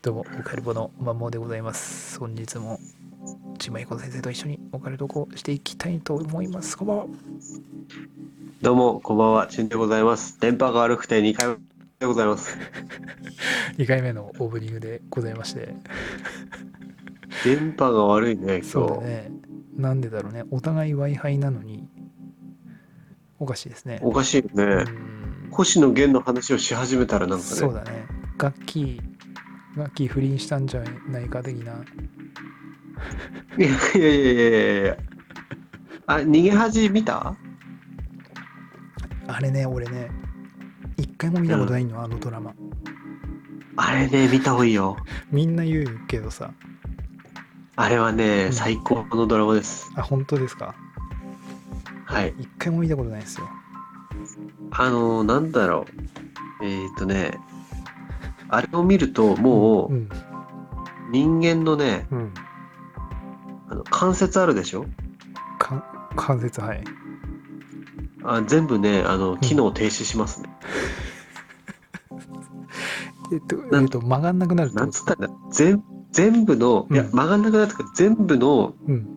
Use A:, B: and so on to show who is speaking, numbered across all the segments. A: どうも、オカルボのまんもでございます。本日も、ちまいこ先生と一緒にオカルトークをしていきたいと思います。こんばんは。
B: どうも、こんばんは、ちんでございます。電波が悪くて2回目でございます。
A: 2回目のオープニングでございまして、
B: 電波が悪いね、
A: そ
B: 今
A: う
B: 日
A: だ。ね。なんでだろうね。お互い Wi-Fi なのに、おかしいですね。
B: おかしいよ
A: う
B: ね。
A: ん
B: 星野源の話をし始めたらなんかね、
A: そうだね。楽器、楽器不倫したんじゃないか的な。
B: いやいやいやいやいやいやあ、逃げ恥見た
A: あれね、俺ね、一回も見たことないの、あのドラマ。
B: あれね、見た方がいいよ。
A: みんな言うけどさ、
B: あれは
A: う
B: ね、
A: ん
B: 最高のドラマです。
A: あ、本当ですか
B: はい。
A: 一回も見たことないですよ。
B: あのー、なんだろう。えーっ、とね、あれを見ると、も
A: う。
B: うん人間のね、
A: うん。
B: あの関節あるでしょ
A: か関節はい
B: あ全部ね、あの、機能停止しますね。
A: えっと、
B: なん
A: えっと、曲がんなくなるって
B: な
A: こ
B: ん
A: と
B: つったんだ全全部の、
A: うん
B: いや曲がんなくなったから全部の
A: うん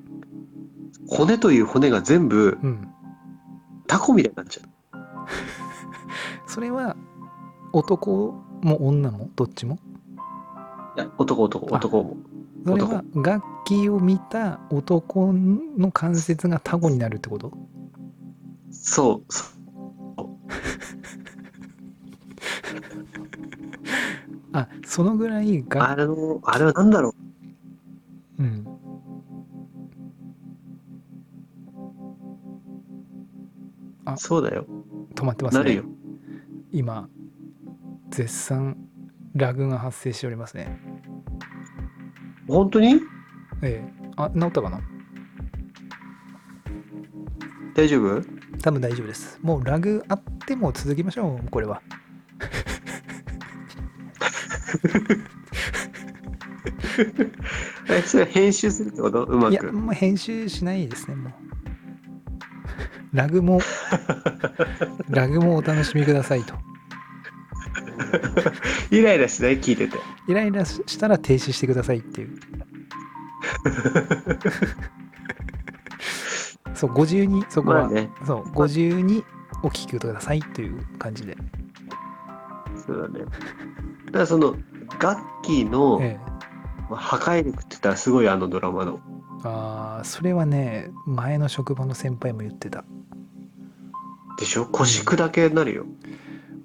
B: 骨という骨が全部
A: うん
B: タコみたいになっちゃう
A: それは男も女もどっちも
B: いや男男男も
A: それ
B: 男
A: は楽器を見た男の関節がタコになるってこと
B: そうそ
A: あそのぐらいうが
B: あれのあれは何だろう
A: うんあ
B: そうだよ
A: 止まってますね
B: なるよ
A: 今絶賛ラグが発生しておりますね
B: 本当に
A: ええあ治ったかな
B: 大丈夫
A: 多分大丈夫ですもうラグあっても続きましょうこれは
B: えそれ編集するってことうま
A: いや、
B: く
A: もう編集しないですね、もう。 ラグ も、ラグもお楽しみくださいと。
B: イライラしない聞いてて
A: イライラしたら停止してくださいって いう。そう、ご自由に、そこは、
B: まあね
A: そう、ご自由にお聞きくださいという感じで。
B: そうだねだからその楽器の
A: ええ、
B: まあ破壊力って言ったらすごいあのドラマの
A: ああ、それはね、前の職場の先輩も言ってた。
B: でしょ腰砕けになるよ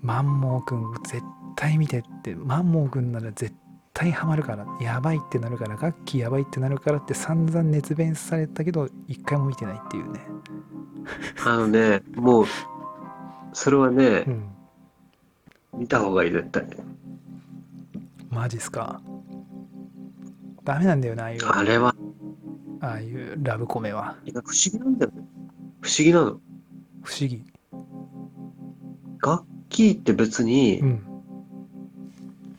A: マンモー君絶対見てってマンモー君なら絶対ハマるからやばいってなるから楽器やばいってなるからって散々熱弁されたけど一回も見てないっていうね、
B: あのねもうそれはね
A: うん、
B: 見た方がいい絶対
A: マジっすかダメなんだよなああいう
B: あれは
A: ああいうラブコメはい
B: や不思議なんだよね不思議なの
A: 不思議
B: 楽器って別に
A: うん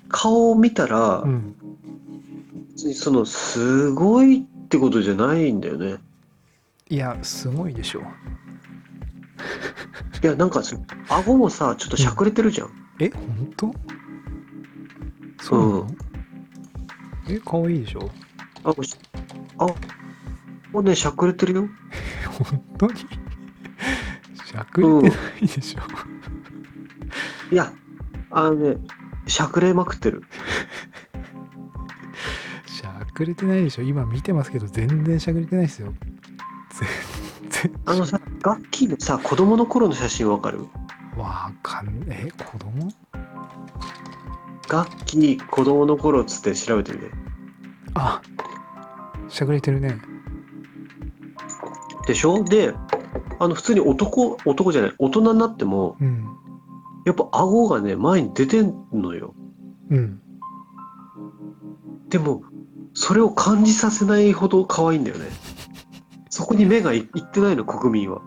B: 顔を見たら
A: うん
B: 別にそのすごいってことじゃないんだよね
A: いやすごいでしょ
B: いやなんかその顎もさちょっとしゃくれてるじゃん、
A: え本当そうなの、え可愛いでしょ
B: 顎しあもうねしゃくれてるよ
A: え本当に しゃくれてないでしょ、
B: いやあのねしゃくれまくってる
A: しゃくれてないでしょ今見てますけど全然しゃくれてないですよ全
B: あのさ楽器のさ子供の頃の写真わかる
A: 然わかんえ子供
B: 楽器子供の頃っつって調べてみて
A: あしゃくれてるね
B: でしょであの普通に男男じゃない大人になっても
A: うん
B: やっぱ顎がね前に出てんのよ
A: うん
B: でもそれを感じさせないほど可愛いんだよねそこに目がいいってないの国民は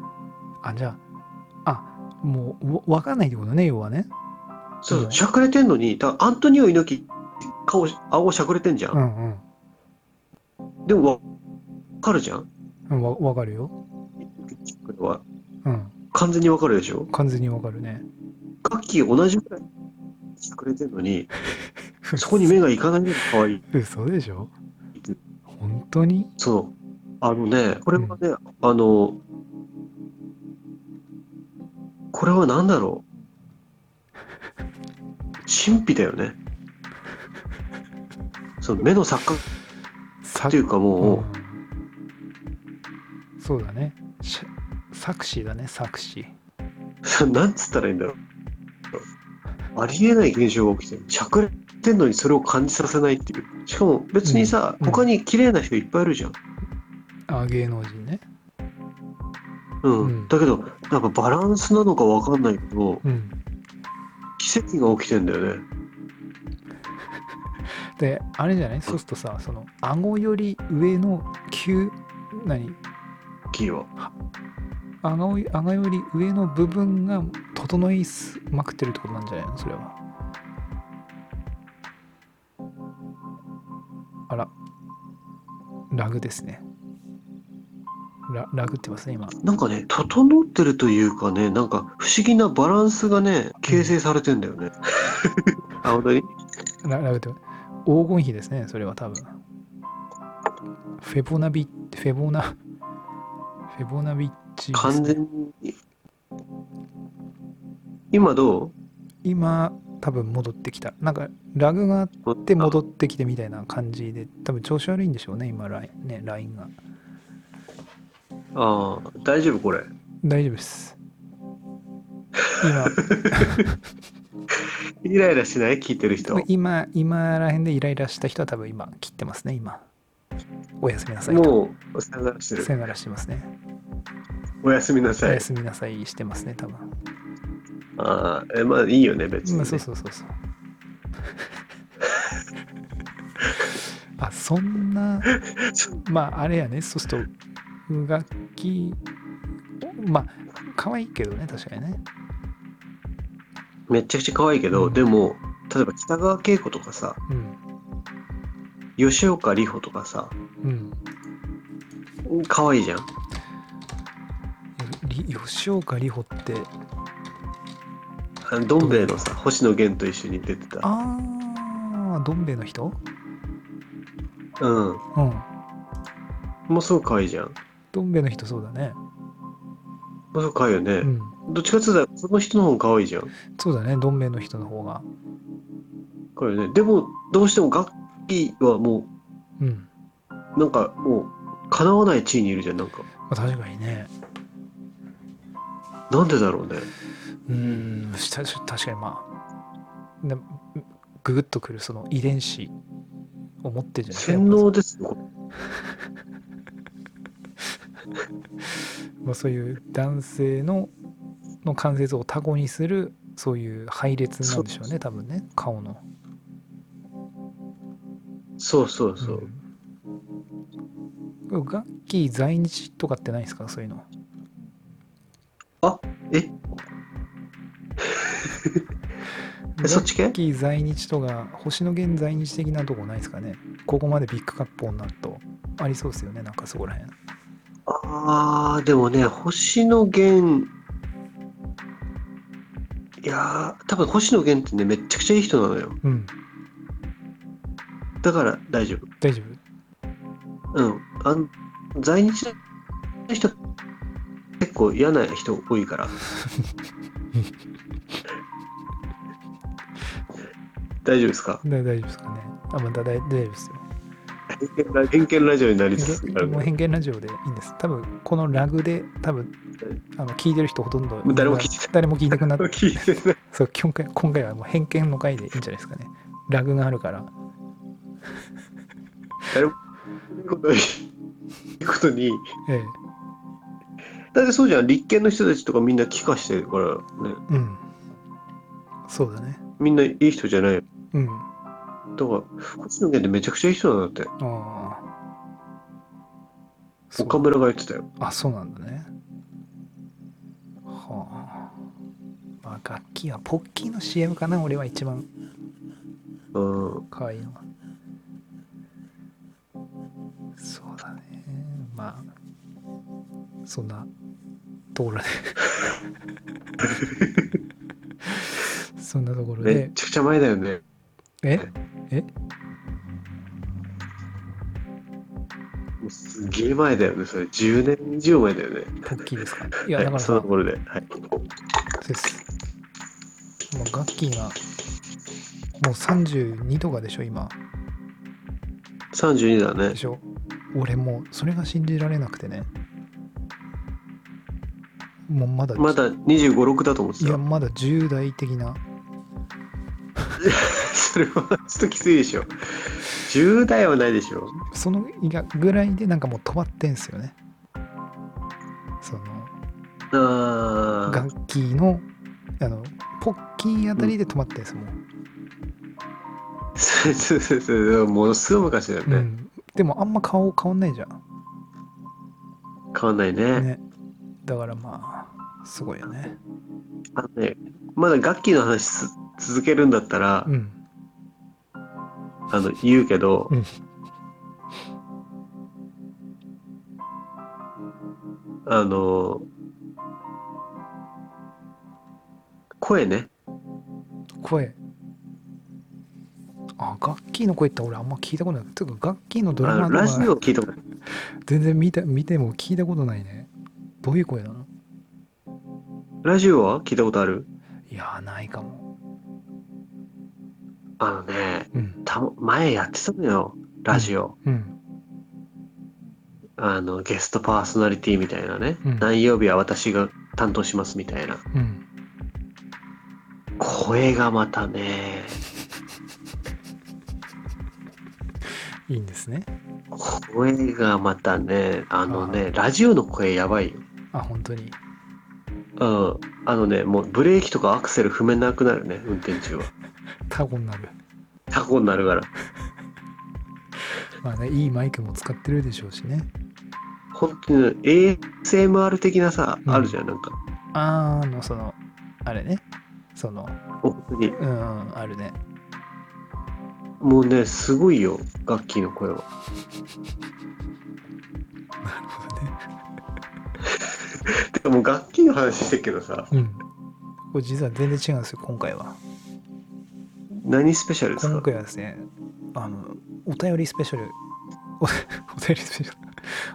A: あじゃああもうわわかんないってことね要はね
B: そ
A: う
B: うそ
A: ん
B: うしゃくれてんのにだからアントニオ猪木顔顎しゃくれてんじゃ、
A: うんん
B: でもわかるじゃん
A: うんわわかるよ
B: これは
A: うん
B: 完全にわかるでしょ
A: 完全にわかるね
B: 楽器同じくらいしゃくれてんのにそこに目がいかないのが可愛い。
A: 嘘でしょ本当に
B: そう。あのね、これはね、あの、これは何だろう。神秘だよね。その目の錯覚
A: さ
B: っていうかもう、
A: うんそうだねし作詞だね作詞
B: なんつったらいいんだろう。ありえない現象が起きてる。しゃくれてんのにそれを感じさせないっていう。しかも別にさ、
A: うん
B: 他に綺麗な人いっぱいいるじゃん。
A: あ芸能人ね
B: うん。
A: うん
B: だけど、なんかバランスなのかわかんないけど、
A: うん
B: 奇跡が起きてんだよね。
A: であれじゃないそうするとさその顎より上の急何
B: キーは。
A: 顎い顎より上の部分が整いすまくってるってことなんじゃないのそれはあらラグですねララグってますね今
B: なんかね、整ってるというかね、なんか不思議なバランスがね、形成されてんだよね。あ、本当に
A: ララグって黄金比ですねそれは多分フェボナビフェボナフェボナビッチですね、
B: 完全に。今ど
A: 今多分戻ってきたなんかラグがあっ
B: う
A: て戻ってきてみたいな感じで多分調子悪いんでしょうね今ラインねラインが
B: ああ、大丈夫これ。
A: 大丈夫です今
B: イライラしない聞いてる 人。
A: 今今らへんでイライラした人は多分今切ってますね今おやすみなさいと
B: もう、さよならしてる
A: さ。よならしてますね
B: おやすみな
A: お
B: さい
A: や。すみなさいしてますね多分
B: ああ、えまあいいよね、別に、
A: ま
B: ね
A: あ、そうそうそう そうあそんなまああれやねそうするとうがきまあ可愛いけどね確かにね
B: めっちゃくちゃ可愛いけど、
A: うん
B: でも、例えば北川景子とかさ、
A: うん
B: 吉岡里帆とかさ、
A: うん
B: 可愛いじゃん。
A: り吉岡里帆って
B: あのどん兵衛のさ、星野源と一緒に出てた。
A: ああどん兵衛の人
B: うん。
A: うん
B: もうすごく可愛いじゃん。も
A: どん兵衛の人そうだね
B: うすごく可愛いよね。
A: うん
B: どっちかっていうと、その人の方が可愛いじゃん。
A: そうだねどん兵衛の人の方が
B: 可愛いよね。でも、どうしても楽器はも
A: うん、
B: う、なんかもう、叶わない地位にいるじゃん、なんか。
A: まあ、確かにね
B: なんでだろうね。
A: うんしたし確かにまあでググッとくるその遺伝子を持ってるんじゃない
B: 洗脳ですよ。
A: まあ、そういう男性のの関節をタコにするそういう配列なんでしょう
B: そう
A: ね多分ね顔の
B: そうそうそう。
A: うんガッキー在日とかってないですかそういうの
B: え えそっち系
A: ガッキー在日とか星野源在日的なとこないですかねここまでビッグカップになるとありそうですよねなんかそこらへん
B: あー、でもね、星野源、いやー、多分星野源ってね、めっちゃくちゃいい人なのよ。
A: うん
B: だから大丈夫。
A: 大丈夫
B: うん。あの、在日の人、結構嫌な人多い から。大丈夫ですか
A: だ大丈夫ですかねあまだだ大丈夫ですよ
B: 偏見ラ偏見ラジオになりつつあ
A: で
B: る
A: もう偏見ラジオでいいんです。多分このラグで、多分あの聞いてる人ほとんど
B: う誰も聞いてない
A: 誰も聞いてなくなっ
B: 聞いてない。
A: そう今回今回はもう偏見の回でいいんじゃないですかね。ラグがあるから。
B: 誰も聞いてないことに。ことに
A: ええ。
B: だってそうじゃん立憲の人たちとかみんな帰化してるからね
A: うん。そうだね。
B: みんないい人じゃないよ
A: うん。
B: だから星野源ってめちゃくちゃいい人なんだって
A: ああ。そう
B: 岡村が言ってたよ
A: あ、そうなんだね。はあ。まあ、楽器はポッキーの CM かな、俺は一番
B: うん
A: 可愛いのはそうだねまあそんなと ころでそんなところ
B: めっ
A: で
B: ちゃくちゃ前だよね
A: ええ
B: もうすげえ前だよね、それ。10年以上前だよね。
A: ポッキーですか、ね、いや、
B: は
A: だか
B: い、
A: ら
B: そ
A: さ、
B: の
A: そう
B: 頃で。はい。
A: です。もうガッキーが、もう32とかでしょ、今。
B: 32だね
A: で。しょ俺もうそれが信じられなくてねもうまだ
B: まだ25、6だと思って
A: い
B: た
A: や。まだ10代的な
B: それはちょっときついでしょ。10代はないでしょ。
A: そのいやぐらいでなんかもう止まってんすよねその
B: あ
A: ガ
B: あ。
A: ッキーのあのポッキーあたりで止まってんすもん、
B: そうそうそうそう。ものすごい昔だよ
A: う
B: ね。
A: ん、でもあんま顔変わんないじゃん
B: 変わんないね。
A: ねだからまあすごいよね
B: あのねまだ楽器の話す続けるんだったら、
A: うん
B: あの言うけど、
A: うん
B: あの声ね
A: 声あガッキーの声って俺あんま聞いたことないていうかガッキーのドラマ
B: あ
A: と
B: の
A: か
B: ラジオ聞いたことない
A: 全然見た見ても聞いたことないねどういう声なの
B: ラジオは聞いたことある
A: いやーないかも
B: あのね
A: うん
B: た前やってたのよラジオ、
A: うん
B: あのゲストパーソナリティみたいなね、
A: うん
B: 何曜日は私が担当しますみたいな
A: うん
B: 声がまたね
A: いいんですね
B: 声がまたねあのねラジオの声やばいよ
A: あ本当に
B: うん、あのね、もうブレーキとかアクセル踏めなくなるね、運転中は。
A: タコになる
B: タコになるから。
A: まあねいいマイクも使ってるでしょうしね
B: 本当に、ね、ASMR 的なさ、
A: うん
B: あるじゃん、なんか。
A: あーあのそのあれねその
B: 本当に。
A: うんうんあるね
B: もうね、すごいよ、楽器の声は。
A: なるほどね
B: でも楽器の話してるけどさ、
A: うんこれ実は全然違うんですよ今回は
B: 何スペシャルです
A: 今
B: か
A: 回はですねあのお便りスペシャルお お便りスペシャル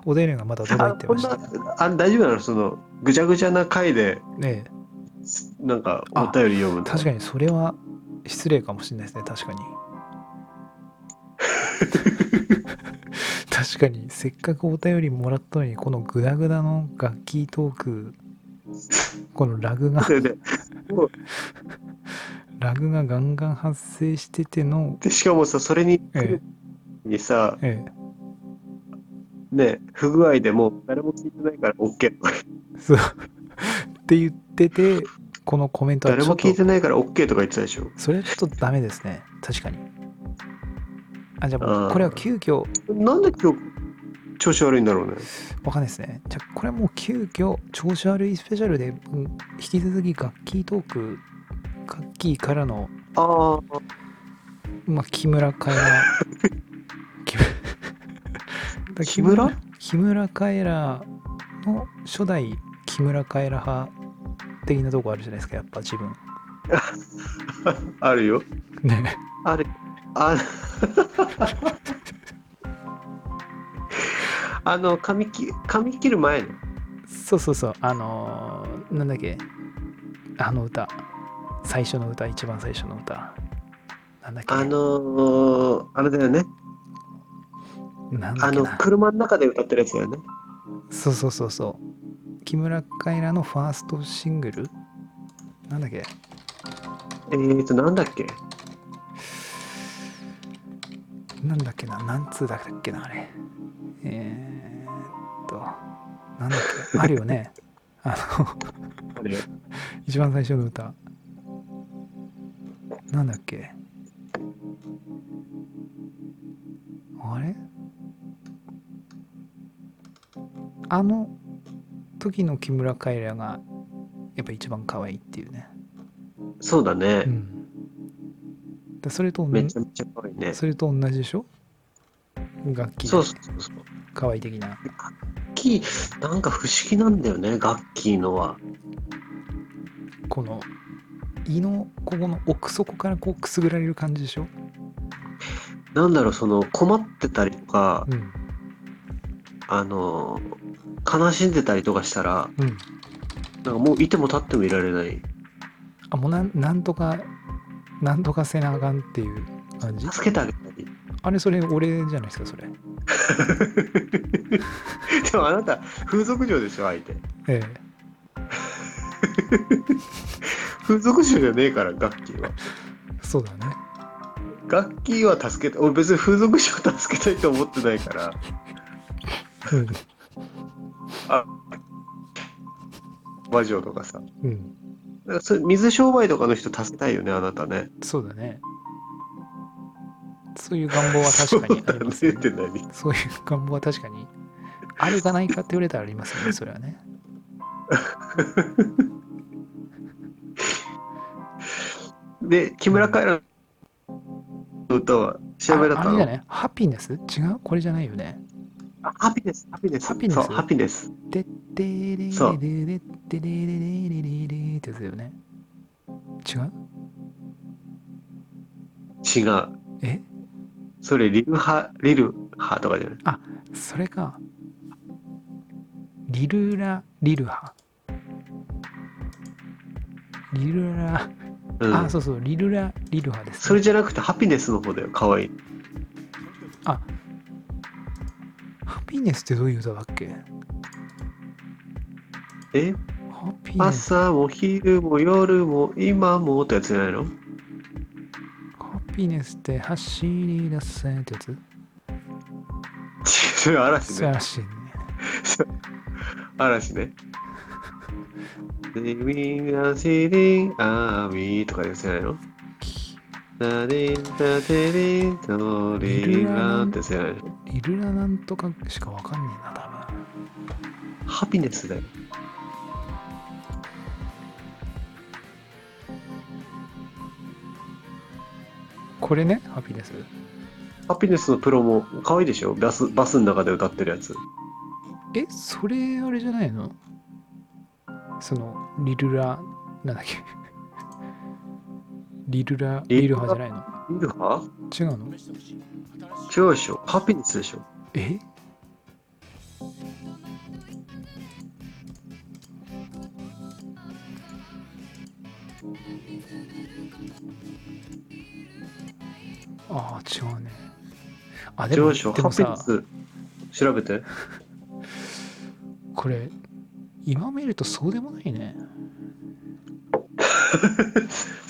A: お便りがまだ
B: あ
A: 届いてました
B: こんなあ大丈夫なのその、ぐちゃぐちゃな回で、
A: ねえ
B: すなんか、
A: あ
B: お便り読む
A: 確かにそれは失礼かもしれないですね確かに 確かにせっかくお便りもらったのにこのグダグダの楽器トークこのラグが
B: それでもう
A: ラグがガンガン発生してての
B: でしかもさ、それに、
A: え
B: にさ、
A: ええ
B: ね、不具合でもう誰も聞いてないから OK。
A: えそうって言っててこのコメントは
B: 誰
A: ちょ
B: も
A: っ
B: 聞
A: と
B: いてないから OK とか言ってたでしょ。
A: それはちょっとダメですね確かにあじゃあ
B: う
A: も
B: ん
A: うこれは急遽
B: なんで今日調子悪いんだろうね。
A: わかんないですね。じゃあこれはもう急遽調子悪いスペシャルで、うん引き続き楽器トーク、楽器からの、
B: あ
A: まあ、木村カエ ラ。木村だから
B: 木村
A: 木村カエラの初代木村カエラ派的なとこあるじゃないですか、やっぱ自分。
B: あ、 あるよ。
A: ね。
B: ある。あ あの髪き髪切る前の
A: そうそうそう、あのーなんだっけ、あの歌。最初の歌、一番最初の歌。なんだっけ、
B: あのーあれだよね
A: なんだ
B: あ
A: っけ
B: の
A: な。
B: 車の中で歌ってるやつだよね
A: そうそうそうそう。木村カエラのファーストシングルなんだっけ
B: えーとなんだっけ
A: なんだっけななんつうだっけなあれ。えー、っと、なんだっけあるよね。あの、
B: あれよ
A: 一番最初の歌。なんだっけあれあの時の木村カエラがやっぱ一番可愛いっていうね。
B: そうだね、
A: うん、だそれと同
B: め
A: じ
B: ちゃめちゃ可愛いね
A: それと同じでしょ楽器
B: そうそうそうそう
A: 可愛い的な
B: 楽器なんか不思議なんだよね楽器のは
A: この胃のここの奥底からこうくすぐられる感じでしょ
B: なんだろう、その困ってたりとか、
A: うん
B: あの、悲しんでたりとかしたら、
A: うん
B: なんかもういても立ってもいられない。
A: あもうなんなんとかなんとかせなあかんっていう感じ
B: 助けてあげたり。
A: あれそれ俺じゃないですかそれ
B: でもあなた、風俗嬢でしょ、相手。
A: ええ
B: 風俗嬢じゃねえから、ガッキーは。
A: そうだね
B: ガッキーは助けた。俺別に風俗嬢助けたいと思ってないから。
A: うん
B: 魔女とかさ。
A: うん
B: なんかそう水商売とかの人助けたいよね、あなたね。
A: そうだねそういう願望は確かにありますよ
B: そうだねって
A: ね
B: 何
A: そういう願望は確かにあるかないかって言われたらありますよねそれはね
B: で、木村カエラの歌は調べだっ
A: あ
B: た
A: あれ
B: の
A: じゃないハピネス違うこれじゃないよね
B: あハピネス、ハピネス。
A: ハピネス
B: そう、ハピネス。
A: ででれれれ
B: そう
A: れれでれれれれれれってやつだよね違う
B: 違う。
A: え
B: それ、リルハ、リルハとかじゃない。
A: それかリルラリルハリルラ、
B: うん。
A: あそうそうリルラリルハです、ね、
B: それじゃなくて、ハピネスの方だよ、可愛い
A: ハピネスってどういう歌だっけ
B: え
A: ハピネス
B: 朝も昼も夜も今もってやつじゃないの
A: ハピネスって走り出せってやつ
B: それ嵐
A: 素晴
B: ね。
A: らしいね
B: 嵐ね。Living a city army とかのやつじゃないのダディンダデリンドリラってやつじゃないの
A: リルラなんとかしかわかんねえな多分
B: ハピネスだよ。
A: これねハピネス
B: ハピネスのプロも可愛いでしょバスバスの中で歌ってるやつ。
A: えそれあれじゃないのそのリルラなんだっけ リルラリルハじゃないの
B: リルハ
A: 違うの
B: 違うでしょハピネスでしょ
A: えああ違うねあで
B: 違う
A: も
B: でしょ
A: で
B: ハ
A: も
B: ピネ
A: さ
B: ス調べて。
A: これ今見るとそうでもないね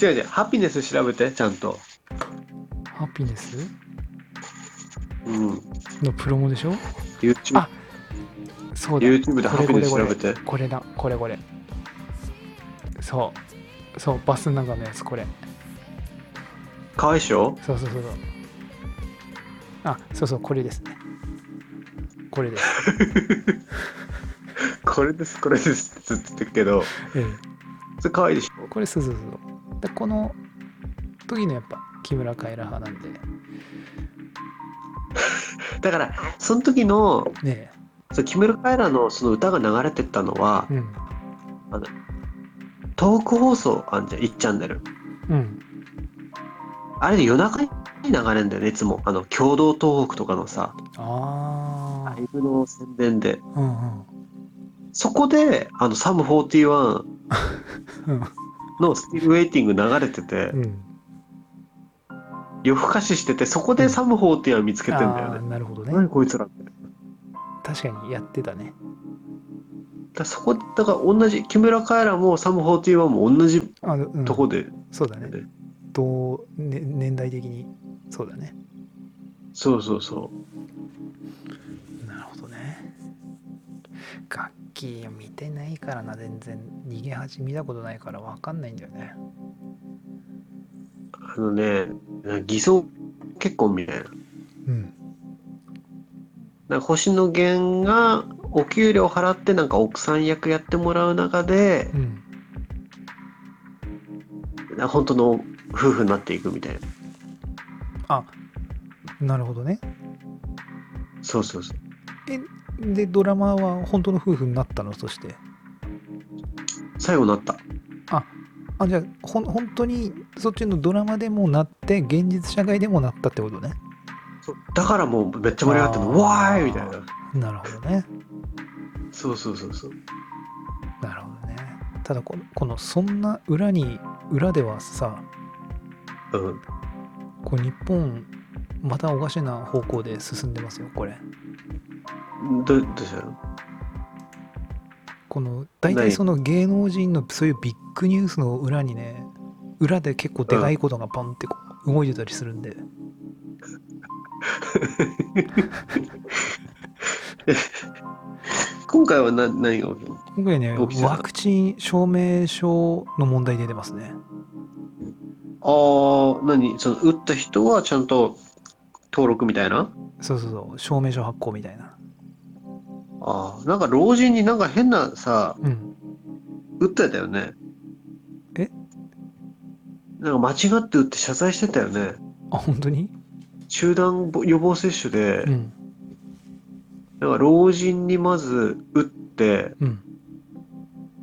B: 違う違う、ハピネス調べて、ちゃんと。
A: ハピネス
B: うん。
A: のプロモでしょ
B: YouTube,
A: あそうだ
B: YouTube で
A: こ
B: ハ
A: れ
B: ピ
A: こ
B: ネ
A: れ
B: ス
A: こ
B: 調
A: れ
B: べて。
A: これだこれこれそうそうバスの中のやつこれ
B: 可愛いでしょ
A: そうそうそうそうあそうそうこれですねこれです、
B: これです、これですって言ってるけど、
A: え
B: それ可愛いでし
A: えこれそうそうそうでこの時のやっぱ木村カエラ派なんで
B: ょだから、その時の、
A: ね
B: その木村カエラのその歌が流れてったのは
A: え、うん
B: トーク放送あんじゃん、1チャンネル。
A: うん
B: あれで夜中に流れんだよね、いつも。あの、共同東北とかのさ、
A: あ
B: ライブの宣伝で。
A: あうん
B: そこで、あの、サム41
A: うん
B: のスティルウェイティング流れてて
A: う、ん
B: 夜更かししてて、そこでサム41見つけてんだよ
A: あー
B: ね。
A: なるほどね
B: 何こいつらって。
A: 確かにやってたね
B: だからそこだから同じ木村カエラもサム41も同じ
A: あうん
B: とこで、
A: そうだね
B: で
A: 同、ね、年代的にそうだね
B: そうそうそ
A: なるほどね。楽器見てないからな、全然。逃げ恥見たことないから分かんないんだよね。
B: うあのねなんか偽装結婚みたいな
A: うん。
B: なんか星野源がお給料払ってなんか奥さん役やってもらう中で
A: うん。
B: なんか本当の夫婦になっていくみたいな
A: なるほどね。
B: そうそうそう
A: で、ドラマは本当の夫婦になったのそして。
B: 最後なった
A: あ、じゃあ、ほん本当にそっちのドラマでもなって、現実社会でもなったってことね。
B: そうだからもうめっちゃ盛り上がってる
A: あ
B: の
A: ー
B: わーいみたいな
A: なるほどね。
B: そうそうそうそう
A: なるほどね。ただこの、このそんな裏に、裏ではさ、
B: うん
A: こう日本、またおかしな方向で進んでますよ、これ。
B: どどうしたの
A: この、大
B: 何
A: 体その芸能人のそういうビッグニュースの裏にね、裏で結構でかいことがパンってこう動いてたりするんで、
B: 今回はな何が起きるの
A: 今回ね
B: 大き、さ
A: ワクチン証明書の問題出てますね。
B: ああ何その打った人はちゃんと登録みたいな
A: そうそうそう、証明書発行みたいな。
B: あーなんか老人になんか変なさ
A: うん。
B: 打ってたよね
A: え
B: なんか間違って打って謝罪してたよね
A: あ、本当に
B: 集団予防接種で、
A: うん。
B: なんか老人にまず打って
A: うん。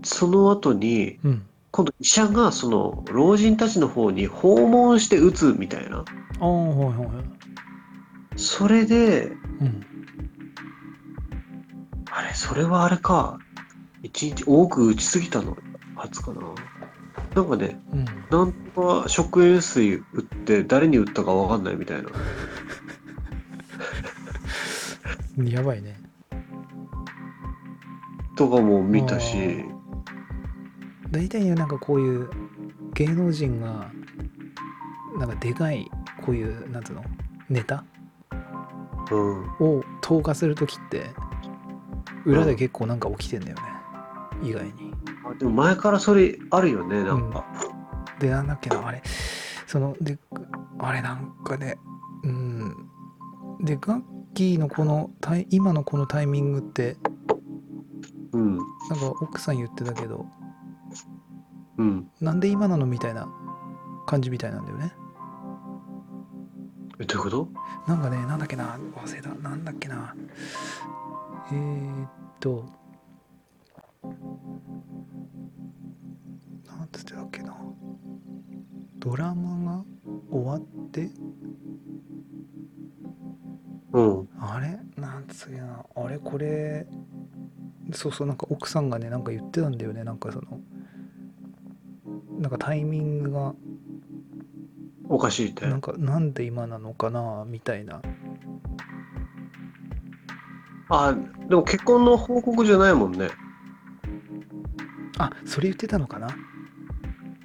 B: その後に
A: うん。
B: 今度医者がその老人たちの方に訪問して打つみたいな
A: ああ、はいはいはい。
B: それで
A: うん。
B: あれそれはあれか1日多く打ちすぎたの初かななんかね
A: うん。
B: なんとか食塩水打って誰に打ったかわかんないみたいな
A: やばいね。
B: とかも見たし、
A: あー大体ねなんかこういう芸能人がなんかでかいこういうなんつうのネタ
B: うん、
A: を投下する時って裏で結構なんか起きてんだよね、意外に。
B: あでも前からそれあるよねなんか、
A: でなんだっけなあれそのであれなんかねうんでガッキーのこのタイ今のこのタイミングって
B: うん
A: なんか奥さん言ってたけど
B: うん
A: なんで今なのみたいな感じみたいなんだよね。
B: えどういうこと
A: なんかね、なんだっけな、忘れた、なんだっけな。えー、っと、なんつってたっけな。ドラマが終わって、
B: うん
A: あれなんつってたっけな、あれこれ、そうそう、なんか奥さんがね、なんか言ってたんだよね、なんかその、なんかタイミングが、
B: おかしいって
A: なんかなんで今なのかな、みたいな。
B: あでも結婚の報告じゃないもんね
A: あ、それ言ってたのかな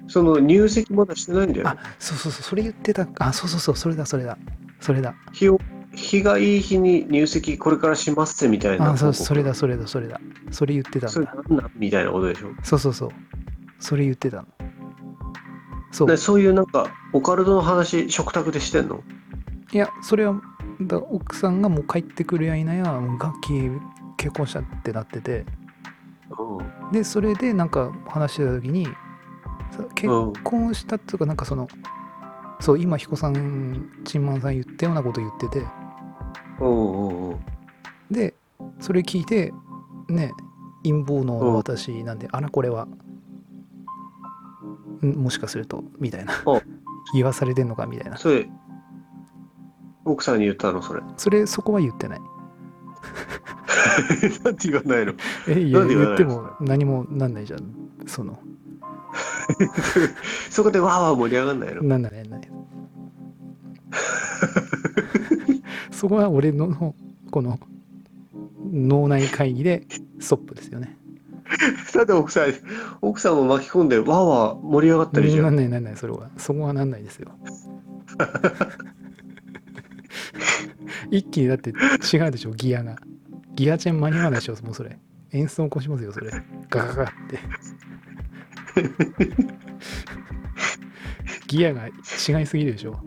B: その入籍まだしてないんだよ
A: あそうそうそうそれ言ってたあそうそうそうそれだそれだそれだ
B: 日を日がいい日に入籍これからしますってみたいな
A: あそう
B: 報告
A: それだそれだそれだそれ言ってた
B: そ
A: ん
B: れ
A: だ
B: なんなんみたいなことでしょ
A: そうそうそうそれ言ってたのそ
B: で
A: う
B: そういうなんかオカルトの話食卓でしてんの
A: いやそれはだ奥さんがもう帰ってくるやいなやもうガッキー結婚したってなってて
B: う
A: でそれでなんか話してた時にそ結
B: んうん
A: 婚したっていうかなんかそのそう今彦さんチンマンさん言ったようなこと言ってて
B: うんうんうん
A: でそれ聞いてね陰謀の私なんで、あらこれはんもしかするとみたいな
B: お
A: 言わされてんのかみたいな
B: それ奥さんに言ったのそれ
A: それそこは言ってない
B: なんて言わないの
A: えいや
B: なんで
A: 言
B: 言わない
A: っても何もなんないじゃんその
B: そこでわーわー盛り上がんないの
A: なんないなんない そこは俺のこの脳内会議でストップですよね
B: だって奥さん奥さんも巻き込んでわーわー盛り上がったりじゃ
A: なんんないなんないそれはそこはなんないですよ一気にだって違うでしょギアがギアチェン間に合わないでしょもうそれ演奏起こしますよそれガガガって ギアが違いすぎるでしょ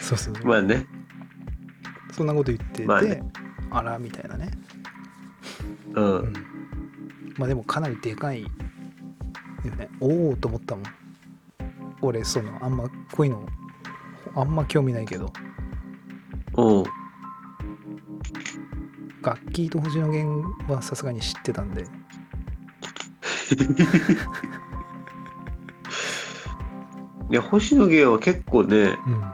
A: そうそうそう、
B: まあね
A: そんなこと言ってて、
B: ま
A: あ
B: あね
A: らみたいなね
B: う
A: うんんまあでもかなりでかいよねおおと思ったもん俺そのあんまこういうのあんま興味ないけど
B: うん
A: 楽器と星野源はさすがに知ってたんで
B: いや星野源は結構ね
A: うん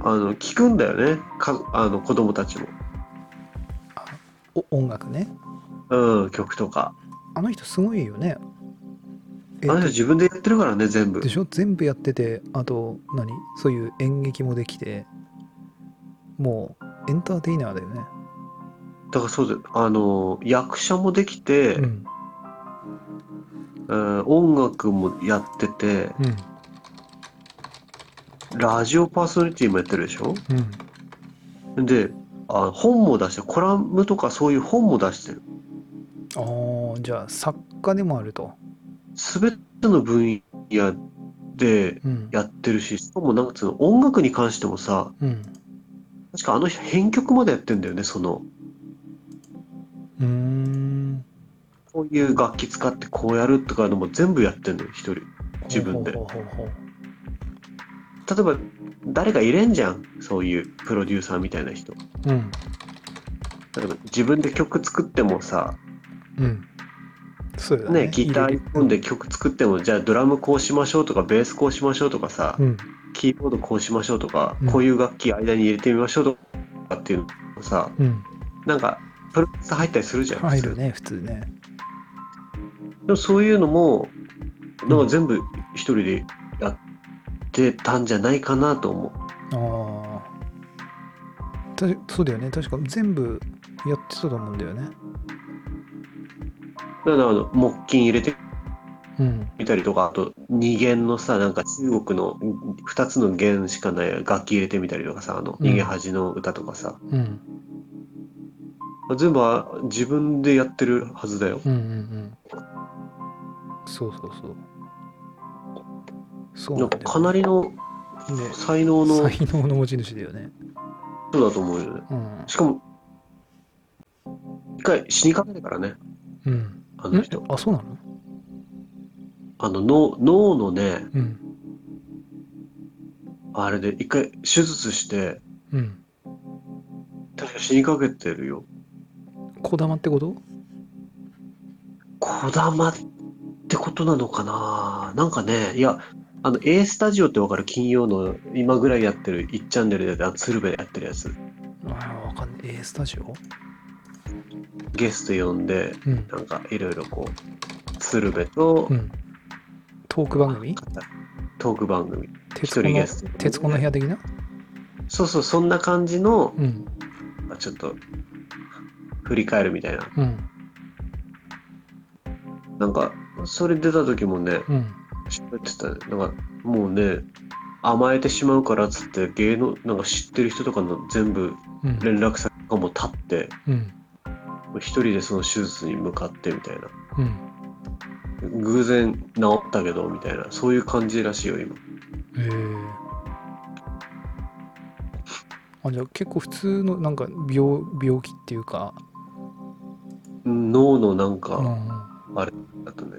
B: あの聞くんだよねかあの子供たちも、
A: お音楽ね
B: うん、曲とか
A: あの人すごいよねえ
B: あの人自分でやってるからね全部
A: でしょ全部やっててあと何そういう演劇もできてもうエンターテイナーだよね、
B: だからそうだよあの役者もできて、
A: うん
B: えー音楽もやってて
A: うん
B: ラジオパーソナリティもやってるでしょ
A: うん
B: であ本も出してコラムとかそういう本も出してる
A: あーじゃあ作家でもあると、
B: 全ての分野で
A: うん
B: やってるししかもなんかその音楽に関してもさ
A: うん、
B: 確かあの人編曲までやってんだよねその
A: うーん
B: こういう楽器使ってこうやるとかのも全部やってんのよ一人例自分で
A: ほうほうほうほう
B: えば誰か入れんじゃんそういうプロデューサーみたいな人
A: うん
B: 例えば自分で曲作ってもさ
A: うんそうだね
B: ねギター
A: 入れ
B: 1本で曲作ってもじゃあドラムこうしましょうとかベースこうしましょうとかさ、
A: うん
B: キーボードこうしましょうとか、
A: うん
B: こういう楽器間に入れてみましょうとかっていうのさ
A: うん
B: なんかプロデューサー入ったりするじゃん
A: 入るね普通ね
B: でもそういうのも
A: うん
B: なんか全部一人でやってたんじゃないかなと思
A: ああたそうだよね確か全部やってたと思うんだよね
B: うだからあの木琴入れて
A: うん
B: みたりとかあと二弦のさなんか中国の2つの弦しかない楽器入れてみたりとかさあの
A: うん
B: 逃げ恥の歌とかさ、
A: うん
B: 全部あ自分でやってるはずだよ
A: うんうんうんそうそうそうそう
B: なん
A: だ
B: か
A: よね
B: かなりの
A: ね
B: 才能の
A: 才能の持ち主だよね
B: 人だと思うよね
A: うん
B: しかも、一回死にかけてからね、
A: うん
B: あの
A: ん
B: 人。
A: あそうなの
B: あの脳脳のね、
A: うん
B: あれで一回手術して、
A: うん
B: 確か死にかけてるよ。
A: こだまってこと
B: こだまってことなのかななんかね、いや、あの A スタジオってわかる金曜の今ぐらいやってる1チャンネルであの鶴瓶でやってるやつ
A: あーわかんない A スタジオ
B: ゲスト呼んで
A: うん
B: なんかいろいろこう鶴瓶と
A: うんトーク番組
B: トーク番組一
A: 徹子
B: 人
A: の
B: ゲスト
A: 徹子の部屋的な
B: そうそうそんな感じの
A: うん
B: まあちょっと振り返るみたいな
A: うん
B: なんかそれ出た時もね
A: うん
B: 知ってたねなんかもうね甘えてしまうからっつって芸能なんか知ってる人とかの全部
A: うん
B: 連絡先とかも立って
A: うん
B: 一人でその手術に向かってみたいな
A: うん
B: 偶然治ったけどみたいなそういう感じらしいよ今
A: へえあじゃあ結構普通のなんか病病気っていうか
B: 脳のなん
A: うんう
B: か
A: ん
B: だったね
A: うーん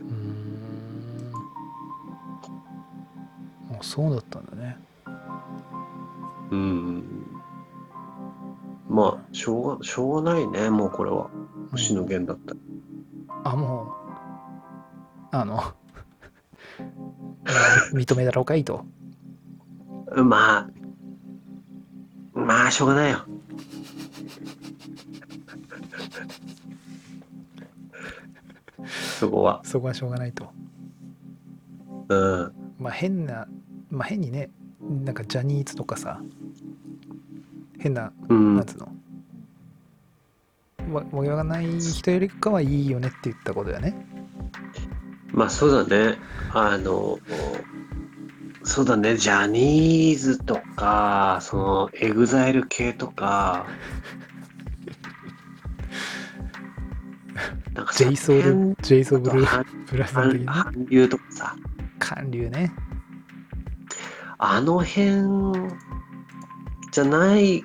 A: あそうだったんだね
B: うんまあしょうがしょうがないねもうこれは
A: うん
B: 星野源だったら
A: あもうあ の認めたろうかいと
B: まあ、まあ、しょうがないよ。 そこは。
A: そこはしょうがないと
B: うん。
A: まあ変なまあ変にねなんかジャニーズとかさ変な
B: うん
A: なんつうの、わわけわかんない人よりかはいいよねって言ったことだよね
B: まあ、そうだね。あの、そうだね。ジャニーズとか、その、エグザイル系とか、なんか
A: ジェイソウルジェイソウ
B: そ
A: ブ
B: の辺
A: ル
B: あと
A: ブラザー的
B: 韓
A: な
B: 韓流とかさ、
A: 韓流ね
B: あの辺じゃない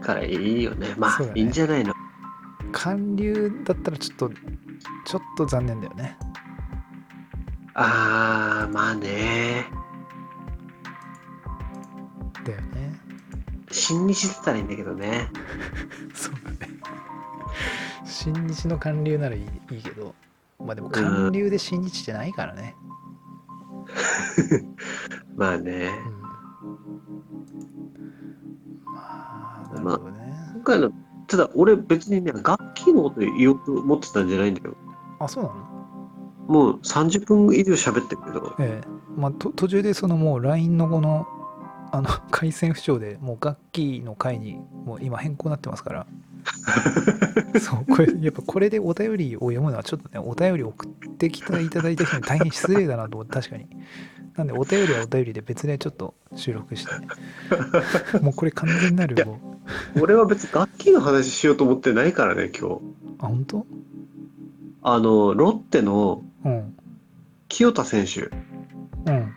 B: からいいよね。まあ、
A: そうだね
B: いいんじゃないの。
A: 韓流だったらちょっとちょっと残念だよね
B: あー、まあね。
A: だよね
B: 新日出たらいいんだけどね。
A: そうだね新日の韓流ならいいいいけどまあでも韓流で新日じゃないからね、
B: まあね。
A: うんまあ、なるほどね。
B: 今回の、ただ俺別にね、楽器のこと言おうと思ってたんじゃないんだよ。
A: あ、そうなの
B: もう30分以上喋ってるけど、
A: ええ。まあ、と途中でそのもう LINE のこの、あの、 回線不調で、もう楽器の回に、もう今変更になってます から。そう、これ、やっぱこれでお便りを読むのはちょっとね、お便り送ってきていただいた人に大変失礼だなと思って、確かに。なんで、お便りはお便りで別でちょっと収録 して、もうこれ完全なる、もう、
B: 俺は別に楽器の話しようと思ってないからね、今日。
A: あ、本当
B: あの、ロッテの
A: うん。
B: 清田選手
A: うん。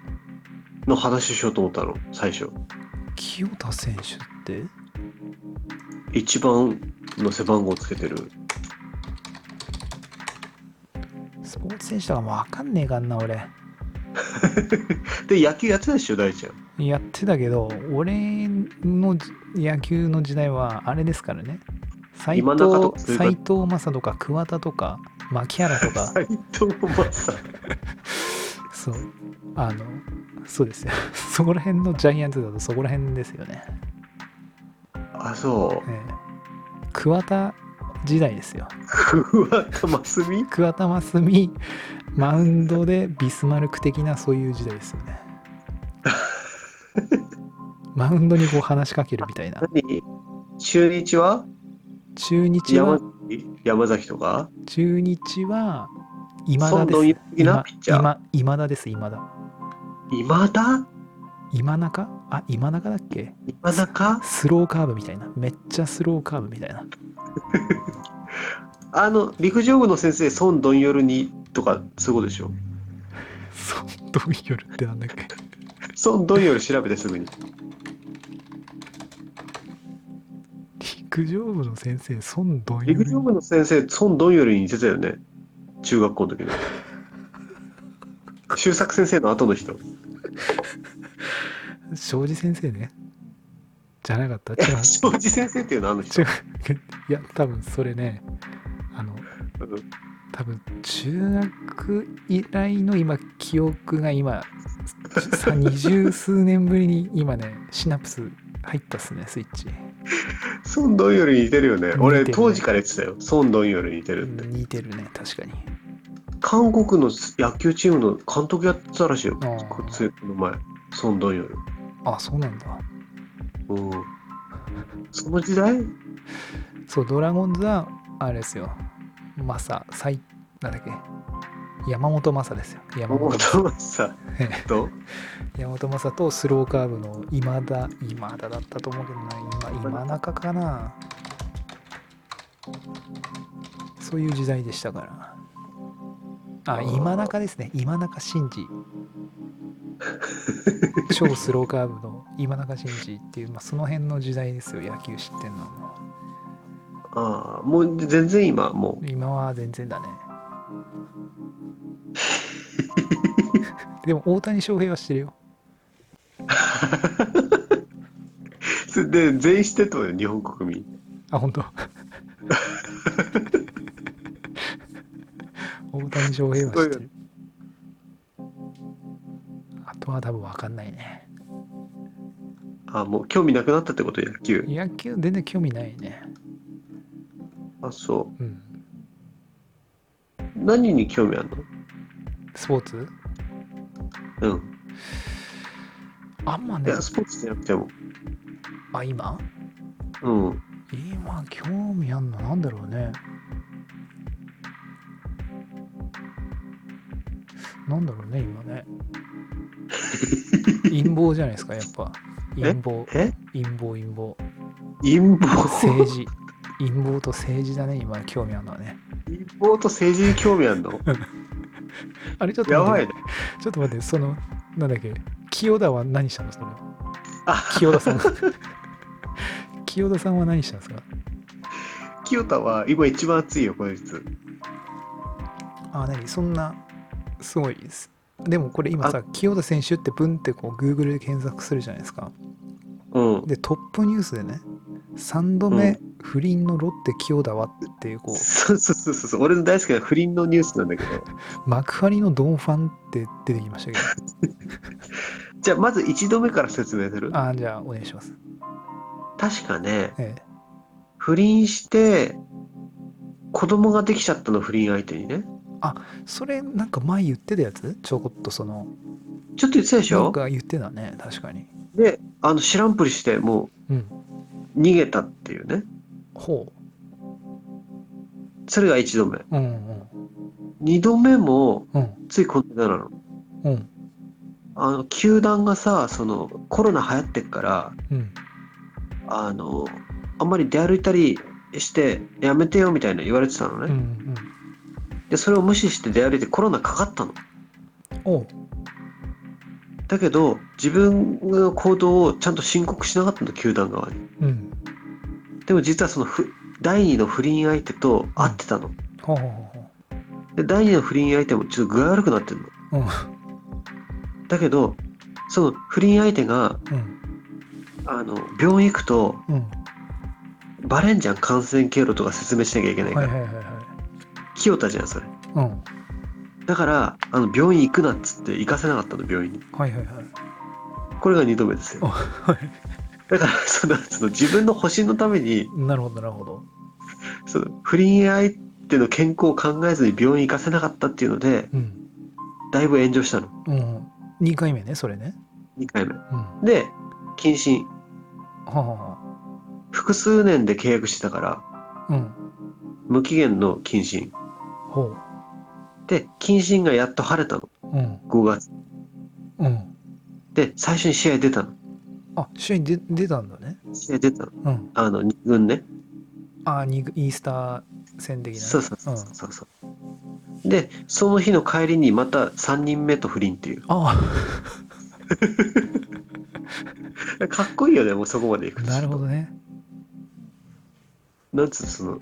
B: の話しようと思ったの、最初。
A: 清田選手って
B: 一番の背番号つけてる。
A: スポーツ選手とかもわかんねえかんな俺
B: で、野球やってたでしょ、大ちゃん。
A: やってたけど俺のじ野球の時代はあれですからね斎
B: 今中と
A: 藤
B: かそういう
A: 斎藤正とか桑田とか牧原と か
B: 斎藤正。
A: そうあのそうですよ そこら辺のジャイアンツだとそこら辺ですよね、
B: あ、そう。
A: ええ桑田時代ですよ
B: 桑田真澄
A: 桑田真澄マウンドでビスマルク的なそういう時代ですよ ねマウンドにこう話しかけるみたいな
B: 何中日は
A: 中日は
B: 山崎山崎とか
A: 中日は今田で
B: 孫貪
A: す
B: 一的なピッチャー
A: 今今今田です今田
B: 今田
A: 今中あ今中だっけ
B: 今中
A: スローカーブみたいなめっちゃスローカーブみたいな
B: あの陸上部の先生孫ドンヨルにとかそういうことでしょ
A: そうどういう夜ってなんだっけ
B: 孫ドンヨル調べてすぐに
A: 陸上部の先生孫どんよ
B: 陸
A: り
B: 上部の先生孫ドンヨルに似てたよね中学校の時の周作先生の後の人
A: 庄司先生ねじゃなかった違う
B: 庄司先生っていうのあの人
A: 違ういや多分それねあの
B: うん
A: 多分中学以来の今記憶が今さ二十数年ぶりに今ねシナプス入ったっすねスイッチ
B: 孫ドンヨルに似てるよね
A: てるね
B: 俺当時から言ってたよ孫ドンヨルに似て
A: う
B: るって
A: ん似てるね確かに
B: 韓国の野球チームの監督やってたらしいよ、
A: あ
B: こ
A: ー
B: っちこの前、ソン・ドンヨル。
A: あそうなんだ
B: うん、その時代
A: そうドラゴンズはあれですよマサ最なんだっけ山本マサですよ山本
B: もう
A: マサ
B: トマス さんと、
A: 山本マサとスローカーブの今田今田だったと思うけどな今今中かなそういう時代でしたからあ
B: あー
A: 今中ですね今中真治超スローカーブの今中真治っていう、まあ、その辺の時代ですよ野球知ってんのはも
B: ああもう全然今、も
A: う今は全然だねでも大谷翔平は知ってるよ
B: う、 それで全員知ってたのよ、日本国民。
A: あ、本 当。大谷翔平は知ってる。あとは多分分かんないね。
B: ああもう興味なくなったってこと、野球。
A: 野球全然興味ないね。
B: あそ
A: うん。
B: う。何に興味ある
A: スポーツ
B: のうん。
A: あんま
B: い
A: ね
B: や、。スポーツじゃなくても。
A: あ、今
B: うん。
A: 今興味あんのなんだろうね。なんだろうね、今 ね。陰謀じゃないですか、やっぱ。陰謀、
B: え
A: 陰謀、陰謀。
B: 陰謀
A: 政治陰謀と政治だね今興味あるのはね
B: 陰謀と政治に興味あ るの
A: あれちょっと
B: やば
A: 待
B: い
A: って
B: ね。
A: ちょっと待ってそのなんだっけ清田は何したのそれは
B: あ、
A: 清田さん清田さんは何したんですか
B: 清田は今一番熱いよ、こいつ。
A: あ何そんなすごいですでもこれ今さ清田選手ってブンってこう Google で検索するじゃないですか
B: うん。
A: でトップニュースでね3度目、不倫のロッテ清田はっていうこう
B: そうそうそうそう。俺の大好きな不倫のニュースなんだけど。
A: 幕張のドンファンって出てきましたけど
B: じゃあ、まず1度目から説明する。
A: ああじゃあお願いします
B: 確かね、
A: え
B: 不倫して、子供ができちゃったの、不倫相手にね。
A: えそれなんか前言ってたやつちょこっとその
B: ちょっと言ってたでし
A: な
B: ょ
A: んか言ってたね確かに
B: で、あの、知らんぷりして、も
A: うん
B: う逃げたっていうね。
A: ほ
B: それが1度目。
A: ううん
B: 2度目も、
A: うんうん
B: ついこの間なの。
A: うん
B: あの、球団がさ、その、コロナ流行ってっから、
A: うん
B: あの、あんまり出歩いたりして、やめてよみたいな言われてたのね。
A: うんうん
B: でそれを無視して出歩いてコロナかかったの
A: おう
B: だけど自分の行動をちゃんと申告しなかったの球団側に
A: うん
B: でも実はそのふ第2の不倫相手と会ってたの、
A: ほうほうほうほ
B: で第2の不倫相手もちょっと具合悪くなってるの、だけどその不倫相手が
A: ううん
B: あの病院行くと
A: うん
B: バレんじゃん感染経路とか説明しなきゃいけないか
A: はい
B: ら、
A: はいはいはい
B: 清田じゃんそれ
A: うん
B: だからあの病院行くなっつって行かせなかったの病院に
A: はいはいはい
B: これが2度目です
A: お
B: よ
A: は
B: だからそのその自分の保身のために
A: いなるほどなるほど
B: その不倫相手の健康を考えずに病院行かせなかったっていうので
A: うん
B: だいぶ炎上したの
A: うん2回目ねそれね
B: 2回目
A: うんは
B: で謹慎
A: あは
B: 複数年で契約してたから
A: あうん
B: 無期限の謹慎
A: ほ
B: で謹慎がやっと晴れたの
A: ううん
B: 5月
A: うん
B: で最初に試合出たの
A: あ試合に出出たんだね
B: 試合出たの
A: うん
B: あの2軍ね
A: あにイースター戦的なね
B: そうそうそうそうそう、でその日の帰りにまた3人目と不倫っていう
A: あ
B: かっこいいよねもうそこまで行
A: あ
B: くと
A: なるほどね
B: なんつうのその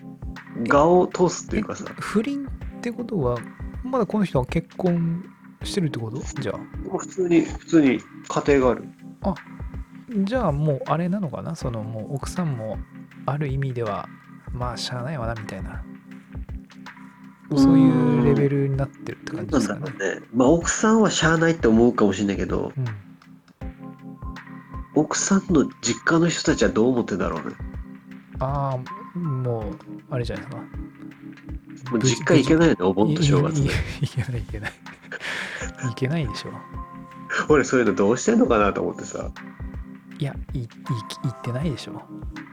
B: 顔を通すっていうかさ
A: 不倫ってことはまだこの人は結婚してるってことじゃあ
B: もう普通に普通に家庭がある
A: じゃあもうあれなのかなそのもう奥さんもある意味ではまあしゃあないわなみたいなそういうレベルになってるって
B: な
A: 感じで
B: んなん
A: す
B: だ
A: か
B: ろ
A: ね
B: うね。まあ奥さんはしゃあないって思うかもしれないけど、
A: うん
B: 奥さんの実家の人たちはどう思ってんだろうね。
A: ああもうあれじゃないですか
B: もう実家行けないよね、お盆と正月
A: いい
B: ね。
A: いけないいけないいけないでしょ
B: 俺そういうのどうしてんのかなと思ってさ、
A: いやいいい行ってないでしょ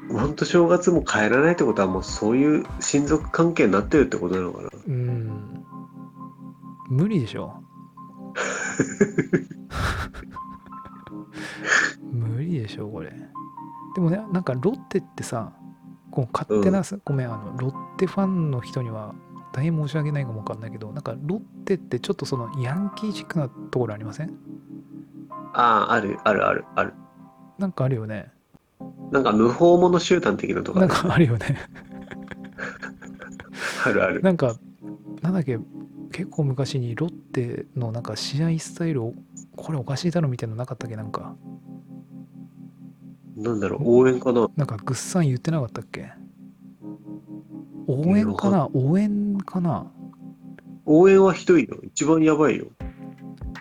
B: お盆と正月も帰らないってことはもうそういう親族関係になってるってことなのかな。
A: うん無理でしょ無理でしょこれでもねなんかロッテってさこう勝手な、ごめんあのロッテファンの人には大変申し訳ないかもわかんないけどなんかロッテってちょっとそのヤンキーチックなところありません
B: ああ、あるあるあるある。
A: なんかあるよね
B: なんか無法者集団的なとか、
A: なんかあるよね
B: あるある。
A: なんかなんだっけ結構昔にロッテのなんか試合スタイルをこれおかしいだろみたいなのなかったっけなんか
B: なんだろう、応援かな。
A: なんかぐっさん言ってなかったっけ応援か
B: い
A: な応援かな
B: 応援はひどいよ。一番やばいよ。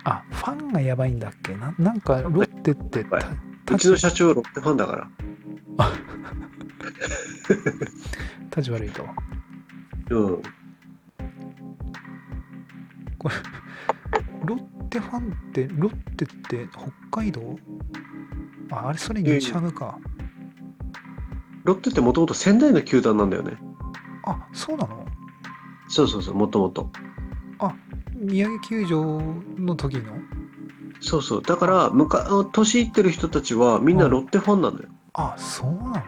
A: あファンがやばいんだっけななんかロッテってた
B: はいうう
A: ち
B: ち
A: の
B: の社長ロッテファンだから。
A: 立ち悪いと
B: うん。
A: ロッテファンってロッテって北海道ああれそれ
B: いやいや
A: 日ハムか
B: ロッテってもともと仙台の球団なんだよね。
A: あそうなの
B: そうそうそう、もともと。
A: 宮城球場の時の
B: そうそう。だから、むか、あの年いってる人たちは、みんなロッテファンなんだよ。
A: あそうなのね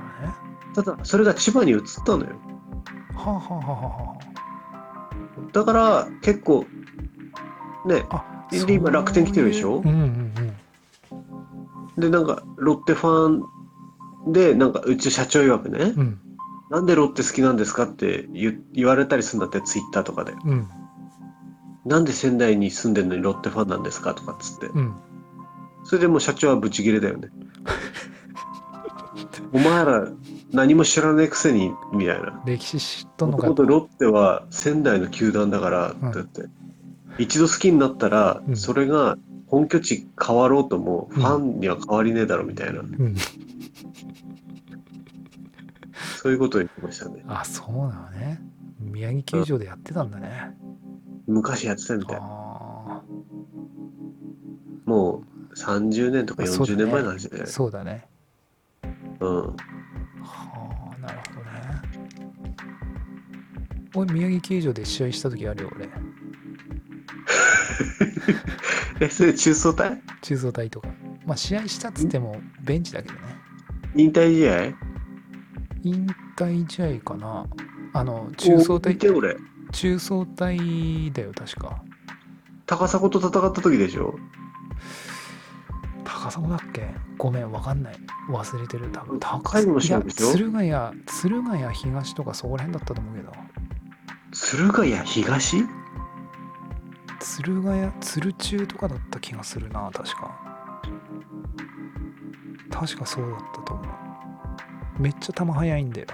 B: ただ、それが千葉に移ったのよ。
A: はあはあはあは
B: だから、結構、ね、
A: あはあ
B: で
A: そういう
B: 今楽天来てるでしょ
A: うんうんうん
B: で、なんか、ロッテファンで、なんか、うち社長曰くね、
A: うん
B: なんでロッテ好きなんですかって言言われたりするんだって、ツイッターとかで。
A: うん
B: なんで仙台に住んでるのにロッテファンなんですかとかっつって。
A: うん
B: それでもう社長はブチギレだよね。お前ら、何も知らないくせにみたいな。
A: 歴史知っとん
B: も
A: の
B: と
A: か
B: もとロッテは仙台の球団だから、
A: うん
B: だって一度好きになったら、
A: うん
B: それが本拠地変わろうともファンには変わりねえだろみたいな、
A: うん
B: そういうことを言ってましたね
A: あそうなのね宮城球場でやってたんだね、
B: 昔やってたみたい
A: あ
B: もう30年とか
A: あそうだ
B: 40
A: ね
B: 年前なんですよね
A: あそうだね
B: うん
A: はあなるほどね俺宮城球場で試合した時あるよ俺
B: えそれ中層隊
A: 中蔵隊とかまあ試合したっつってもベンチだけどね
B: 引退試合
A: 引退試合かなあの中層
B: お
A: 隊
B: 見て俺
A: 中層隊だよ確か
B: 高砂と戦った時でしょ
A: 高砂だっけごめんわかんない忘れてる多分高
B: 高いもの
A: い
B: 知ら
A: や
B: んでしょ
A: 鶴ヶ谷鶴ヶ谷東とかそこら辺だったと思うけど
B: 鶴ヶ谷東
A: 鶴ヶ谷鶴中とかだった気がするな確か確かそうだったと思うめっちゃ球速いんだよ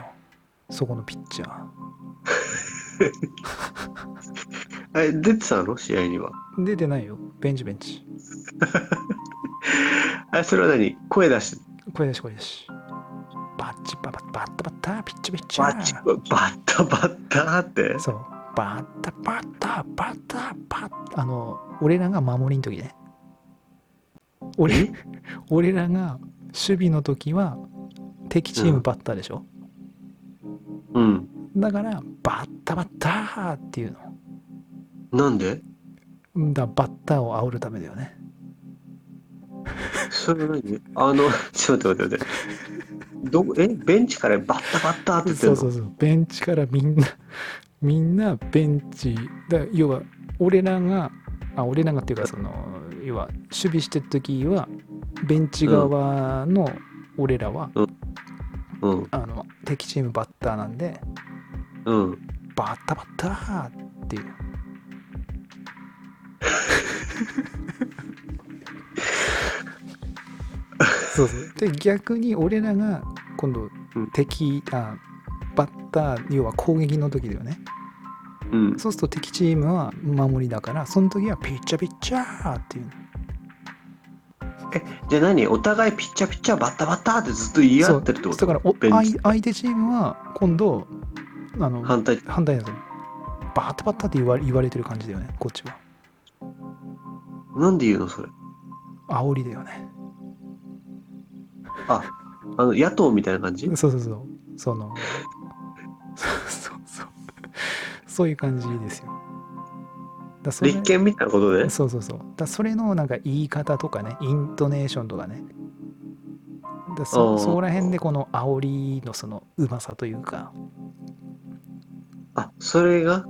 A: そこのピッチャー
B: え出てたの試合には
A: 出てないよベンチベンチ
B: あそれは何声出して
A: 声出し声出しバッチババッバッタバッタピッチピッチャ
B: バ
A: ー
B: ッチバッタバッタって
A: そうバッタバッタバッタバッタあの俺らが守りの時ね俺
B: え
A: 俺らが守備の時は敵チームバッターでしょ、
B: うん
A: だからバッタバッターっていう
B: なんで
A: のだバッターを煽るためだよね
B: それは何あのちょっと待って待ってどこえベンチからバッタバッタって言ってん
A: そう
B: の
A: そうそうベンチからみんな みんなベンチだ要は俺らがあ俺らがっていうかその要は守備してる時はベンチ側の俺らは、
B: うん
A: あの敵チームバッターなんで
B: うん
A: バッタバッター っていうそうそうで逆に俺らが今度
B: うん
A: 敵、あバッター要は攻撃の時だよね
B: うん
A: そうすると敵チームは守りだからその時はピッチャーピッチャーっていう
B: じゃあ何お互いピッチャピッチャバッタバッタってずっと言い合ってるってこと
A: そうだからお
B: ベンチ
A: 相相手チームは今度あの
B: 反対
A: 反対だとバッタバッタって言わ言われてる感じだよねこっちは
B: なんで言うのそれ
A: 煽りだよね
B: ああの野党みたいな感じ
A: そうそうそうそのそうそうそうそういう感じですよだそれ
B: 立憲みたいなことで
A: そうそうそうだそれのなんか言い方とかねイントネーションとかねだ
B: あ
A: そ
B: ー
A: そこら辺でこの煽りのそのうまさというか
B: あそれが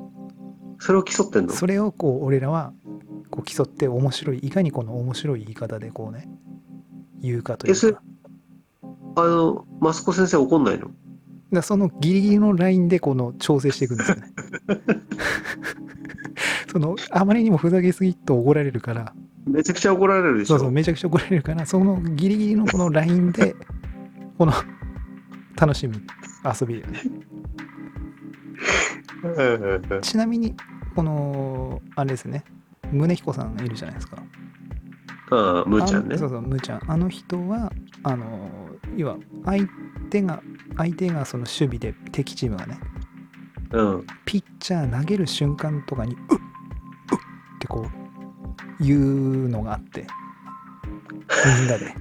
B: それを競ってんの
A: それをこう俺らはこう競って面白いいかにこの面白い言い方でこうね言うかとい
B: えそうれ
A: か
B: あのマスコ先生怒んないの
A: だそのギリギリのラインでこの調整していくんですよ ね。そのあまりにもふざけすぎると怒られるから
B: めちゃくちゃ怒られるでし
A: そ
B: ょ
A: うそうめちゃくちゃ怒られるからそのギリギリのこのラインでこの楽しむ遊びだよね
B: うんうんうん
A: ちなみにこのあれですね宗彦さんいるじゃないですか
B: ああむーちゃん
A: あ
B: ね
A: のそうそうむーちゃんあの人はあの要は相手が相手がその守備で敵チームがね
B: うん
A: ピッチャー投げる瞬間とかに「うっうっ」ってこう言うのがあってみんなで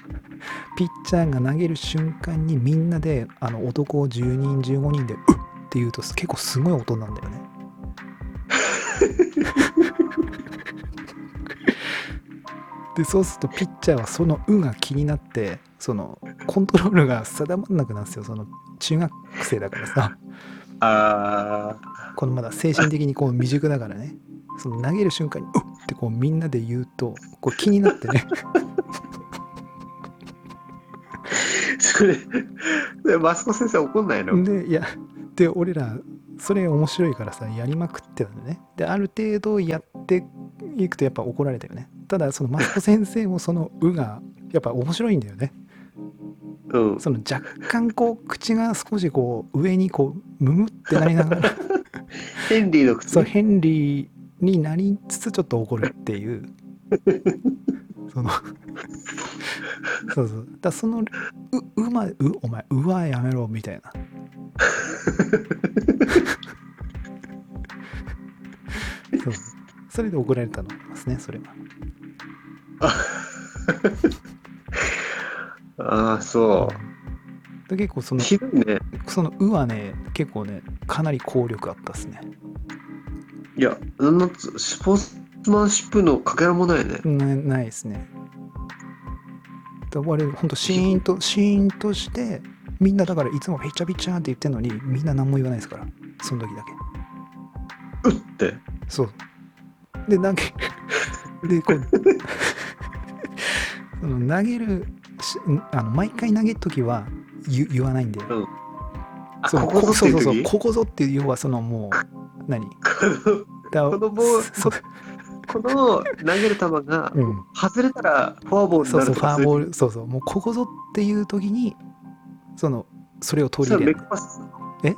A: ピッチャーが投げる瞬間にみんなであの男を10人15人で「うっ」って言うと結構すごい音なんだよねでそうするとピッチャーはその「う」が気になってそのコントロールが定まんなくなるんですよその中学生だからさ
B: あ
A: このまだ精神的にこう未熟だからねその投げる瞬間に「うっ!」ってこうみんなで言うとこう気になってね
B: ーそれでマスコ先生怒んないの
A: でいやで俺らそれ面白いからさやりまくってたんだよねである程度やっていくとやっぱ怒られたよねただそのマスコ先生もその「う」がやっぱ面白いんだよね
B: うん。
A: その若干こう口が少しこう上にこうムムってなりながら
B: ヘンリーの靴
A: そうヘンリーになりつつちょっと怒るっていう そのそうそうだからそのううまうお前うわやめろみた いなそうそれで怒られたのですねそれは
B: ああ、そ。
A: で結構そうの
B: ひどいね。
A: その「う」はね結構ねかなり効力あったっすね
B: いや、なんなんつスポーツマンシップのかけらもないね。
A: なないですねだからあれほんとシーンとシーンとしてみんなだからいつも「ピチャピチャ」って言ってんのにみんな何も言わないですからその時だけ
B: うって。
A: そうで投げ でこう その投げるしあの毎回投げる時は言言わないんで
B: あ、
A: そう
B: ここぞって
A: そう
B: い
A: そう
B: う
A: そう
B: 時
A: ここぞっていう要はそのもう何だ
B: この棒
A: そう
B: この投げる球が
A: うん
B: 外れたらフォアボールに
A: そう
B: な
A: そ
B: る
A: う、フ
B: とか
A: ァーボール、そうそう、もうここぞっていう時に、その、それを取
B: そ
A: り
B: した
A: 入
B: ら
A: れる
B: ネック。パス。
A: え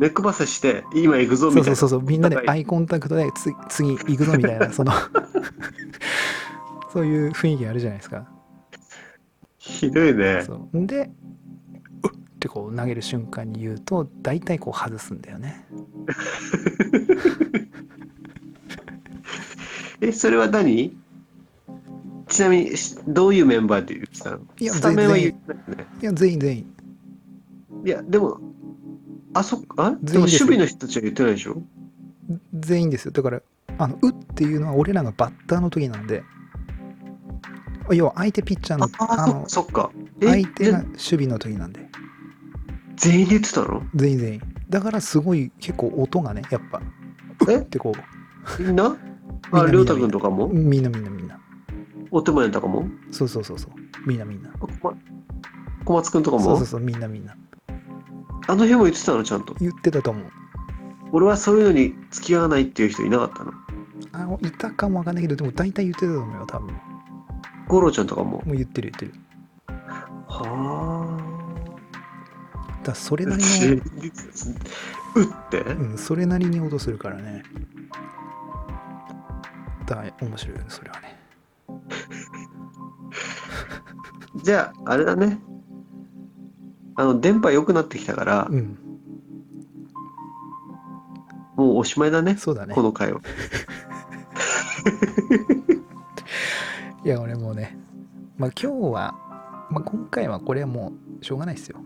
B: ネックパスして、今行くぞみ
A: そ
B: た
A: う
B: い
A: そうそ
B: な。
A: うそう、みんなで
B: はい
A: アイコンタクトで、つ次行くぞみたいな、その、そういう雰囲気あるじゃないですか。
B: ひどいね。
A: そうで、うっってこう投げる瞬間に言うと、大体こう外すんだよね。
B: え、それは何ちなみに、しどういうメンバーで言ってたの
A: いや
B: スタメンは
A: 全
B: 言っ
A: 員
B: てないよね。
A: いや、全員全員。
B: いや、でも、あ、そっか。で
A: 全員
B: も守
A: ですよ
B: 備の人たちは言ってないでしょ
A: 全員ですよ。だから、あの、うっていうのは俺らがバッターの時なんで、要は相手ピッチャー
B: あ
A: の、あ
B: あ
A: の、
B: そそっか。え
A: 相手が
B: じゃ
A: 守備の時なんで。
B: 全員で言ってたの
A: 全員全員だからすごい結構音がねやっぱ
B: え
A: ってこう
B: みんな
A: みん
B: あ、
A: な
B: りょうたくんとかも
A: みんなみんなみんな
B: お手前とかも
A: そうそうそうそうみんなみんな
B: こま小松くんとか
A: そう
B: も
A: そうそうみんなみんな
B: あの日も言ってたのちゃんと。
A: 言ってたと思う
B: 俺はそういうのに付き合わないっていう人いなかったの。
A: あいたかもわかんないけどでも大体言ってたと思うよ多分も
B: 五郎ちゃんとかも。
A: う言ってる言ってる
B: は
A: だからそれ
B: あ。
A: なり
B: う
A: の
B: っ、うって
A: うん、それなりに音するからねだから面白いよねそれはね
B: じゃあ、あれだね。あの、電波良くなってきたから、
A: うん
B: もうおしまいだね。
A: そうだね
B: この回は。
A: いや俺もうねまあ今日は、まあ、今回はこれはもうしょうがないですよ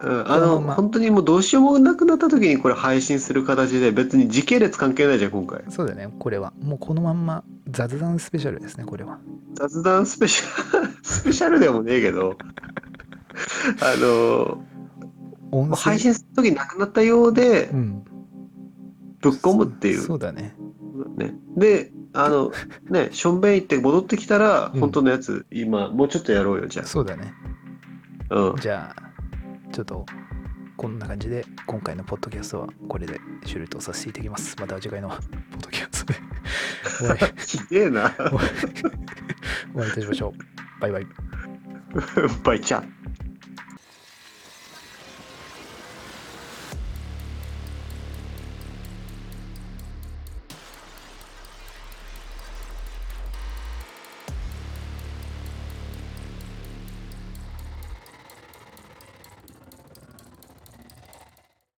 B: うん、あ
A: こ
B: の、
A: のまま
B: 本当にもうどうしようもなくなった時にこれ配信する形で、別に時系列関係ないじゃん、今回。
A: そうだねこれはもうこのまんま雑談スペシャルですねこれは
B: 雑談スペシャル、 スペシャルでもねえけど、あの、
A: 音
B: もう
A: 声
B: 配信する時なくなったようで
A: う、ん
B: ぶっ込むっていう
A: そ。そうだね
B: ね、であのねしょんべん行って戻ってきたら、
A: うん
B: 本当のやつ今もうちょっとやろうよじゃ
A: そうだね
B: あ、 うん、
A: じゃあちょっとこんな感じで今回のポッドキャストはこれで終了とさせていただきますまた次回のポッドキャストで お会い
B: ひでえな
A: お会いお会いいたしましょうバイバイ
B: バイちゃん